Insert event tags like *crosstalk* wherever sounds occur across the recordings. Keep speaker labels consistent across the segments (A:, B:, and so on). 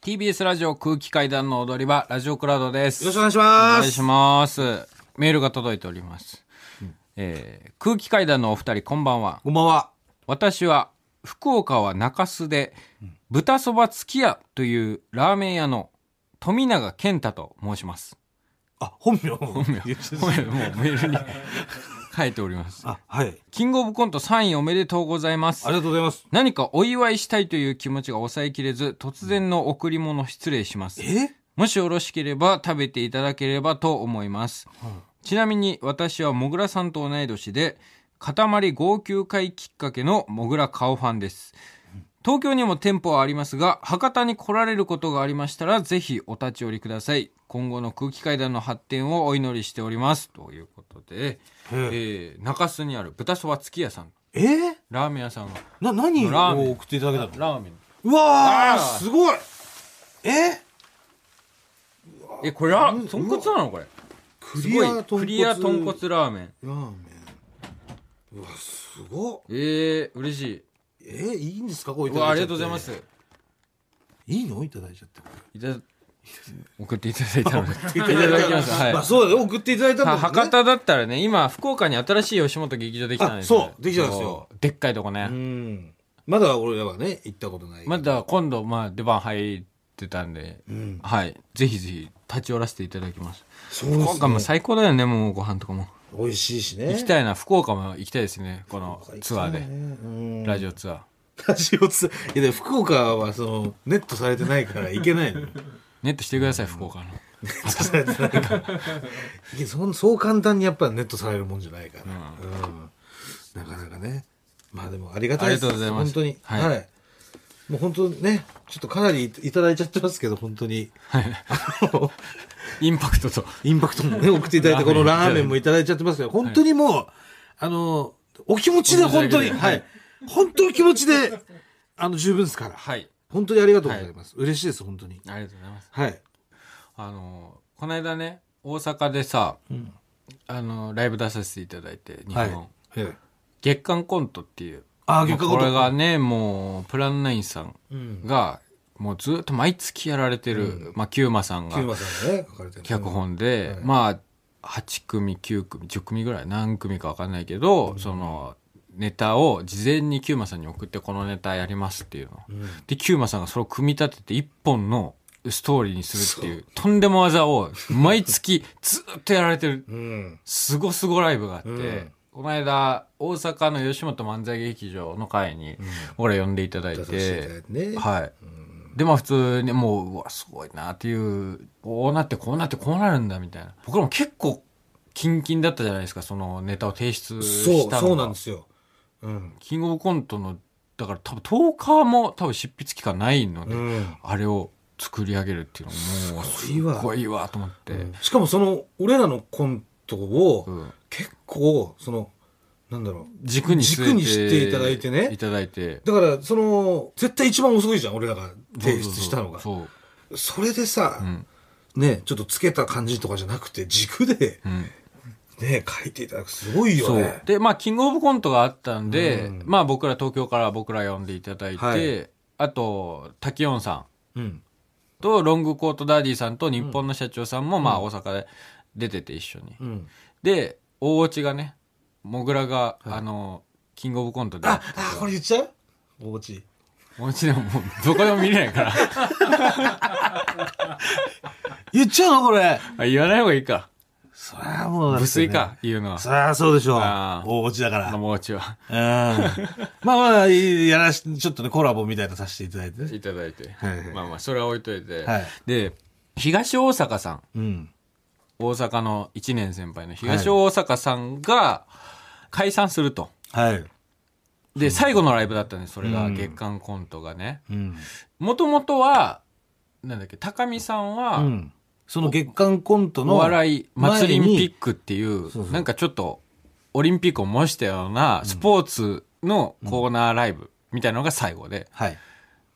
A: TBS ラジオ空気階段の踊り場、ラジオクラウドです。
B: よろしくお願いします
A: お願いします。メールが届いております。えー空気階段のお二人、こんばんは。
B: こんばんは。
A: 私は福岡は中洲で豚そばつき屋というラーメン屋の富永健太と申します。
B: あ、本名。本名。
A: もうメールに書いております。
B: あ、はい。あり
A: キングオブコント3位おめでとうございます
B: が。とうございます。
A: 何かお祝いしたいという気持ちが抑えきれず、突然の贈り物失礼します。
B: え
A: もしよろしければ食べていただければと思います。ちなみに私はもぐらさんと同い年で、塊号泣会きっかけのもぐら顔ファンです。東京にも店舗はありますが、博多に来られることがありましたら、ぜひお立ち寄りください。今後の空気階段の発展をお祈りしております。ということで、えー中洲にある豚そば月屋さん、
B: えー
A: ラーメン屋さんが、
B: な、何
A: ラーメン
B: を送っていただけたの
A: ラーメン。
B: うわ
A: あ
B: あ
A: ー
B: すごいえ
A: え、これラ、豚骨なのこれ。
B: ク
A: すごい。クリア豚骨ラーメン。
B: ラーメン。うわ、すごっ。
A: えー、嬉しい。
B: えー、いいんですかこれいうた
A: わ
B: だ
A: あ
B: い
A: り
B: ちゃっ
A: が
B: て
A: とうございます。
B: いいのいただいちゃって。
A: いただ送っていただいたので。いた
B: い
A: だきました。はい
B: まあ、。そうだね。送っていただいたん
A: は
B: だもんね
A: 博多だったらね、今、福岡に新しい吉本劇場できたんですよ
B: あそうできたんですよ。
A: そうでっかいとこ
B: う
A: ね。
B: ん。まだ俺らはね、行ったことないけど。
A: まだ今度、まあ、出番入ってたんで、
B: ん
A: はい。ぜひぜひ、立ち寄らせていただきます。
B: そうですね
A: 福岡も最高だよね、もうご飯とかも。
B: 美味しいしね。
A: 行きたいな、福岡も行きたいですね、このツアーで。
B: うん
A: ラジオツアー。
B: ラジオツアー。いや、でも福岡はその、ネットされてないから行けな
A: *laughs*
B: いのよ。
A: ネットしてください、福岡の。
B: ネットされてないから。いや、そんそう簡単にやっぱネットされるもんじゃないから。うん。なかなかね。まあでもありがたいです。
A: ありがとうございます
B: 本当に。
A: は
B: はいい。もう本当ね、ちょっとかなりいいただいちゃってますけど、本当に。あの
A: インパクトと。
B: インパク
A: *laughs*
B: トもね、送っていただいたこのラーメンもいただいちゃってますけど、本当にもう、あの、お気持ちで本当
A: お
B: に、
A: 気持ちだけで
B: は
A: はい
B: い。本当に気持ちで、あの、十分ですから。
A: はい。
B: 本当にありがとうございます。嬉しいです、本当に。
A: ありがとうございます。
B: はい。
A: あのこの間ね大阪でさ、あのライブ出させていただいて日本、
B: はい。ええ
A: 月刊コントっていう
B: あー月刊コント
A: まこれがねもうプランナインさんが、もうずっと毎月やられてる、まあ、キューマさんが
B: キューバさんがね、書かれてる。
A: 脚本で、まあ8組9組10組ぐらい何組か分かんないけど、そのネタを事前にキューマさんに送ってこのネタやりますっていうの、でキューマさんがそれを組み立てて1本のストーリーにするっていうとんでも技を毎月ずっとやられてる
B: うん。
A: すごすごライブがあって、
B: うん
A: この間大阪の吉本漫才劇場の会に俺呼んでいただいて、
B: 出させていただいてね。
A: はい。で、まあ普通にもう、うわ、すごいなっていう、こうなってこうなってこうなるんだみたいな。僕らも結構、キンキンだったじゃないですか、そのネタを提出
B: そ
A: し
B: う、
A: たのが。
B: そうなんですよ。うん。
A: キングオブコントの、だから多分10日も多分執筆期間ないので、
B: うん
A: あれを作り上げるっていうのも、もう
B: すごいわ
A: すごいわと思って。
B: しかもその、俺らのコント
A: う
B: を
A: ん、
B: 結構、その、なんだろう。
A: 軸に据え
B: 軸にしていただいてね
A: いただいて。
B: だから、その、絶対一番遅いじゃん、俺らが提出したのが。
A: そうそう
B: それでさ、
A: ん
B: ね、ちょっとつけた感じとかじゃなくて、軸で、
A: そう。うん。
B: ね、書いていただく、すごいよ
A: そう
B: ね。
A: で、まあ、キングオブコントがあったんで、
B: うん
A: まあ、僕ら、東京から僕ら呼んでいただいて、
B: はい
A: あと、滝音さん
B: うん。
A: と、ロングコートダディさんと、日本の社長さんも、まあ、大阪で出てて一緒に。
B: うん。
A: で、大内がね、モグラが、あの、キングオブコントで、
B: あ、あ、これ言っちゃうおうち。
A: 大内でももう、どこでも見れない
B: *laughs*
A: から、
B: 言っちゃうのこれ。
A: あ言わない方がいいか。
B: そりゃもう、
A: 無粋。か、言うのは。
B: そりゃそうでしょう
A: あ。ー
B: おうちだから。
A: あ
B: うん。
A: の、大内は。
B: まあまあ、やらし、ちょっとね、コラボみたいなのさせていただいてね。
A: いただいて。
B: はいはい
A: まあまあ、それは置いといて。
B: はい
A: で、東大阪さん。
B: うん。
A: 大阪の1年先輩の東大阪さんが解散すると。
B: はい。
A: で、最後のライブだったんです、それが。
B: うん
A: 月間コントがね。
B: うん。
A: もともとは、なんだっけ、高見さん
B: う
A: は、
B: ん。その月間コントの。
A: お笑い祭り
B: 前
A: ン
B: に
A: ピックっていう
B: そうそ、う
A: なんかちょっと、オリンピックを模したような、スポーツのコーナーライブみたいなのが最後で。
B: はい。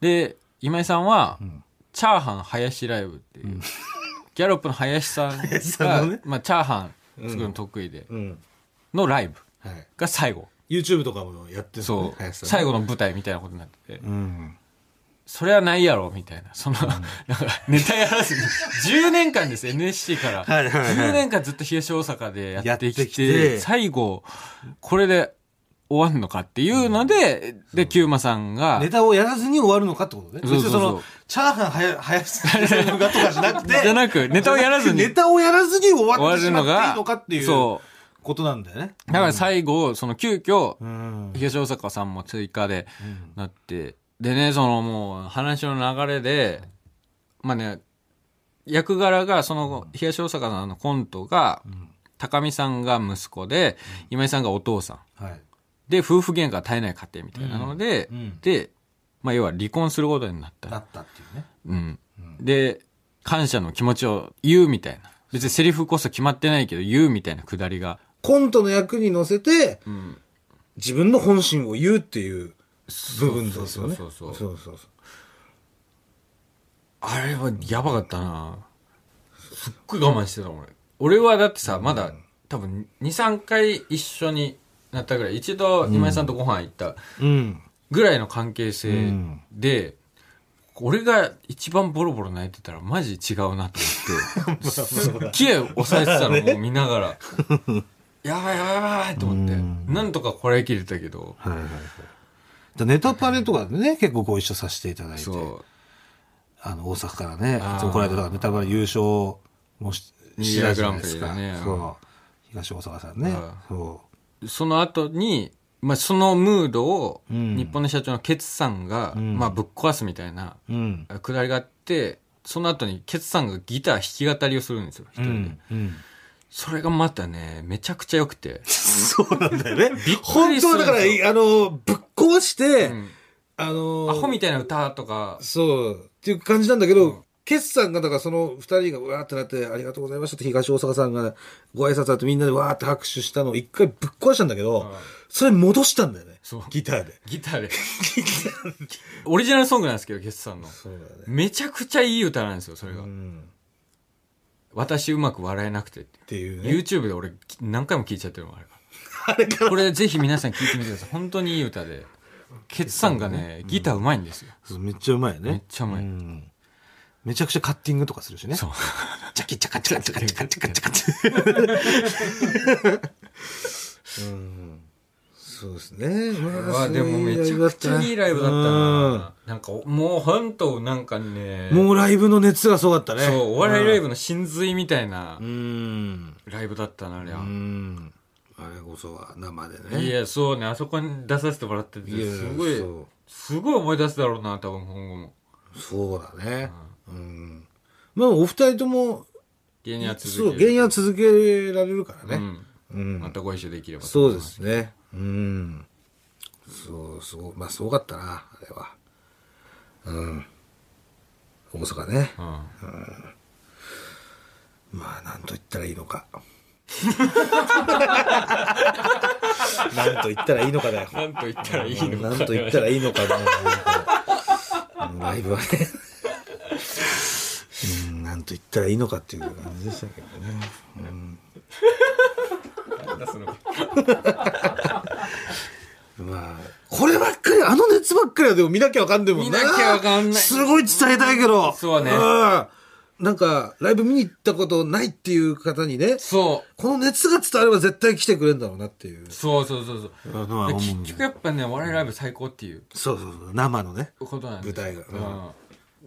A: で、今井さんは
B: ん、
A: チャーハン林ライブっていう、ギャロップの林さん
B: 林さんの
A: が
B: ね、
A: まあ、チャーハン作るの得意で、
B: うん。
A: のライブ
B: はい。
A: が最後。
B: YouTube とかもやってる
A: そう、最
B: 後。
A: 後の舞台みたいなことになってて。
B: うん。
A: それはないやろ、みたいな。その、なんか、ネタやら
B: *laughs*
A: ずに、10年間です、NSC から。
B: はいはいはい
A: 10年間ずっと東大阪でやってきて、
B: やってきて
A: 最後、これで終わんのかっていうので、で、キューマさんが
B: ネ、タをやらずに終わるのかってことね。
A: そうそうそう
B: 別にその、チャーハンはや、はやせるのかとかじゃなくて、
A: *laughs* じゃなく、ネタをやらずに
B: ネタをやらずに終
A: 終わ
B: わって
A: る
B: し
A: の
B: まっていい
A: が
B: のかってい、う
A: そ
B: ことなんだよね。
A: う。だから最後、その急遽、
B: うん。
A: 東大阪さんも追加でなって、でね、そのもう話の流れで、まあね、役柄が、その東大阪さんのコントが、高見さんが息子で、今井さんがお父さん。
B: はい。
A: で、夫婦喧嘩絶えない家庭みたいなので、
B: うんうん
A: で、まあ要は離婚することになった。
B: だったっていうね。
A: うん。で、感謝の気持ちを言うみたいな。別にセリフこそ決まってないけど言うみたいなくだりが。
B: コントの役に乗せて、
A: うん。
B: 自分の本心を言うっていう部分ですよね。
A: そうそうそう
B: そうそうそう
A: あれはやばかったなすっごい我慢してた俺。俺はだってさ、まだ多分2、3回一緒になったぐらい、一度今井さんとご飯行った
B: うん。
A: ぐらいの関係性
B: ん
A: で、俺が一番ボロボロ泣いてたらマジ違うなと思って、
B: *laughs*
A: すっげえ抑えてたのもう見ながら、やばいやばいやばいと思って、なんとかこらえきれたけど、
B: はいはいはい。だネタパレとかでね、結構ご一緒させていただいて、
A: そう。
B: あの、大阪からね
A: あー、
B: そうこの間だからネタパレ優勝もし、
A: ニューイヤーグランプリだね
B: 知らずですかそう。東大阪さんね
A: うん。
B: そ
A: その後に、まあ、そのムードを、
B: うん
A: 日本の社長のケツさんが、
B: ん
A: まあ、ぶっ壊すみたいな、
B: う。うん。
A: くだりがあって、その後にケツさんがギター弾き語りをするんですよ、一人
B: う
A: で。
B: ん。うん。
A: それがまたね、めちゃくちゃ良くて。
B: そうなんだよ
A: *laughs*
B: ね。
A: り
B: 本
A: する
B: 当はだから、あの、ぶっ壊して、
A: うん
B: あの、
A: アホみたいな歌とか、
B: そう、っていう感じなんだけど、決算が、だからその二人がわーってなって、ありがとうございましたって東大阪さんがご挨拶あってみんなでわーって拍手したのを一回ぶっ壊したんだけど、
A: ん
B: それ戻したんだよね。
A: そう
B: ギターで。
A: ギターで。 *laughs* オリジナルソングなんですけど、ケツさんの。
B: そうだね。
A: めちゃくちゃいい歌なんですよ、それが。
B: うん。
A: 私うまく笑えなくてって
B: っていうね。
A: YouTube で俺何回も聴いちゃってるの、あれが。
B: あれから。
A: これぜひ皆さん聞いてみてください。本当にいい歌で。ケツさんがね、ギターうまいんですよ。
B: めっちゃうまいよね。
A: めっちゃうまい
B: んめちゃくちゃカッティングとかするしね。
A: そう。
B: チャキチャカチャカチャカチャカチャカチャカチャカ。うん。そうですね。
A: う
B: ま
A: わでもめちゃくちゃいいライブだったな。なんかもう本当なんかね、
B: うんもうライブの熱がすごかったね。
A: そう、お笑いライ
B: ブ。
A: ブの真髄みたいな
B: うん。
A: ライブだったな、あれ
B: う
A: は。
B: ん。あれこそは生でね。
A: いや、そうね、あそこに出させてもらってて、
B: いや
A: すごい
B: そ、
A: すごい思い出すだろうな、多分今後も。
B: そうだね。うん。まあ、お二人とも、
A: 芸人は
B: そ
A: 続
B: う、
A: け
B: 芸
A: る。
B: 人は続けられるからね。う
A: うんん。またご一緒できればと
B: そう
A: 思い
B: で
A: ます。
B: すね。うん。そう、そう、まあ、すごかったな、あれは。うん。大阪ね。
A: うん。
B: まあ、なんと言ったらいいの
A: *laughs*
B: か。なんと言ったらいいのかだよ。
A: なんと言ったらいいの
B: なんと言ったらいいのかだよ。うんライブはね。うん、なんと言ったらいいのかっていう感じでしたけどね。
A: なんだその
B: まあ、こればっかり、あの熱ばっかりはでも見なきゃわかんないもんな。
A: 見なきゃわかんない
B: すごい伝えたいけど。
A: そうね
B: んなんか、ライブ見に行ったことないっていう方にね、
A: そ
B: この熱が伝われば絶対来てくれるんだろうなっていう
A: う。。そうそうそうそう。
B: あ
A: で結局やっぱね、お笑いライブ最高っていう
B: そうそうそう、生のね。
A: ことなんで
B: 舞台が。うん
A: うん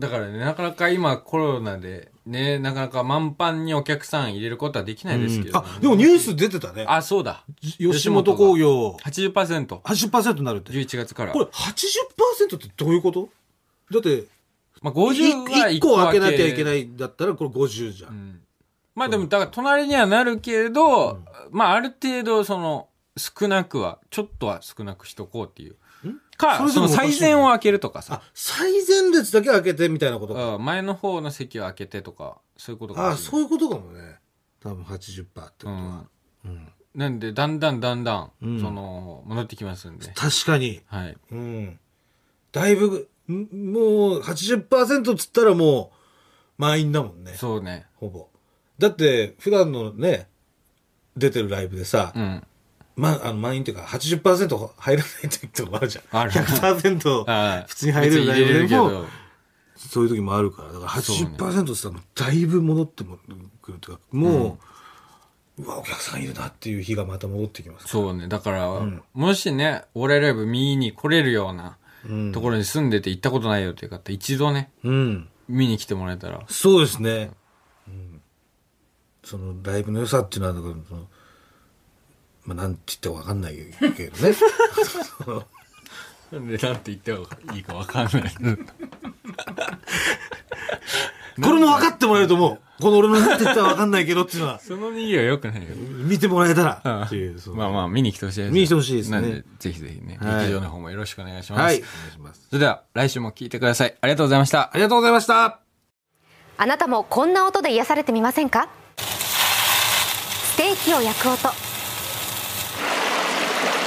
A: だからね、なかなか今コロナで、ね、なかなか満帆にお客さん入れることはできないですけど、
B: あ、でもニュース出てたね。
A: あ、そうだ。
B: 吉本興業、
A: 80%。
B: 80%になるって。
A: 11月から。
B: これ80%ってどういうことだって、
A: まあ、50は
B: 1個開けなきゃいけ
A: い。
B: ないんだったら、これ50じゃん。
A: うんまあでも、だから隣にはなるけれど、まあある程度、その、少なくは、ちょっとは少なくしとこうっていう。か、そ
B: それでも
A: の
B: おかしいね
A: 最善を開けるとかさ
B: あ、、最前列だけ開けてみたいなことか。
A: うん前の方の席を開けてとか、そういうことか
B: あ
A: もしれな
B: そういうことかもね。多分80%ってこと
A: い。
B: は。うん。
A: うん。なんで、だんだんだんだん、
B: うん
A: その、戻ってきますんで。
B: 確かに。
A: はい。
B: うん。だいぶ、んもう80%っつったらもう満員だもんね。
A: そうね。
B: ほぼ。だって普段のね、出てるライブでさ、
A: うん。
B: ま、あの、満員というか、80%入らない時とかもあるじゃん。
A: あるあ
B: 100%
A: あ
B: 普通に入れる
A: 別
B: だ
A: に入れ
B: け
A: るけ
B: でも、
A: ど
B: そういう時もあるから、だから
A: そうね
B: 80%ってさ、だいぶ戻ってもくるというか、もう、うわ、お客さんいるなっていう日がまた戻ってきます。
A: そうねだから、もしね俺ライブ見に来れるような
B: うん
A: と。ころに住んでて行ったことないよっていう方一度ね
B: うん。
A: 見に来てもらえたら
B: そうですね。うん。その、ライブの良さっていうのは、だから、その、まあ、なんて言ったかわかんないけ *laughs* どね。
A: なんでなんて言ったらいいか分かんない *laughs*
B: *laughs* これも分かってもらえると思う。この俺のなんて言ったかわかんないけどっていうのは、
A: その逃げはよくないよ
B: 見てもらえたら
A: あ
B: っていう。そう
A: まあまあ見に来てほしいです
B: 見に来てほしいですね
A: なんでぜひぜひね、
B: はい
A: 劇場の方もよろしくお願いします、
B: はい。お願いします。
A: それでは来週も聞いてくださいありがとうございました
B: ありがとうございました。
C: あなたもこんな音で癒されてみませんかステーキを焼く音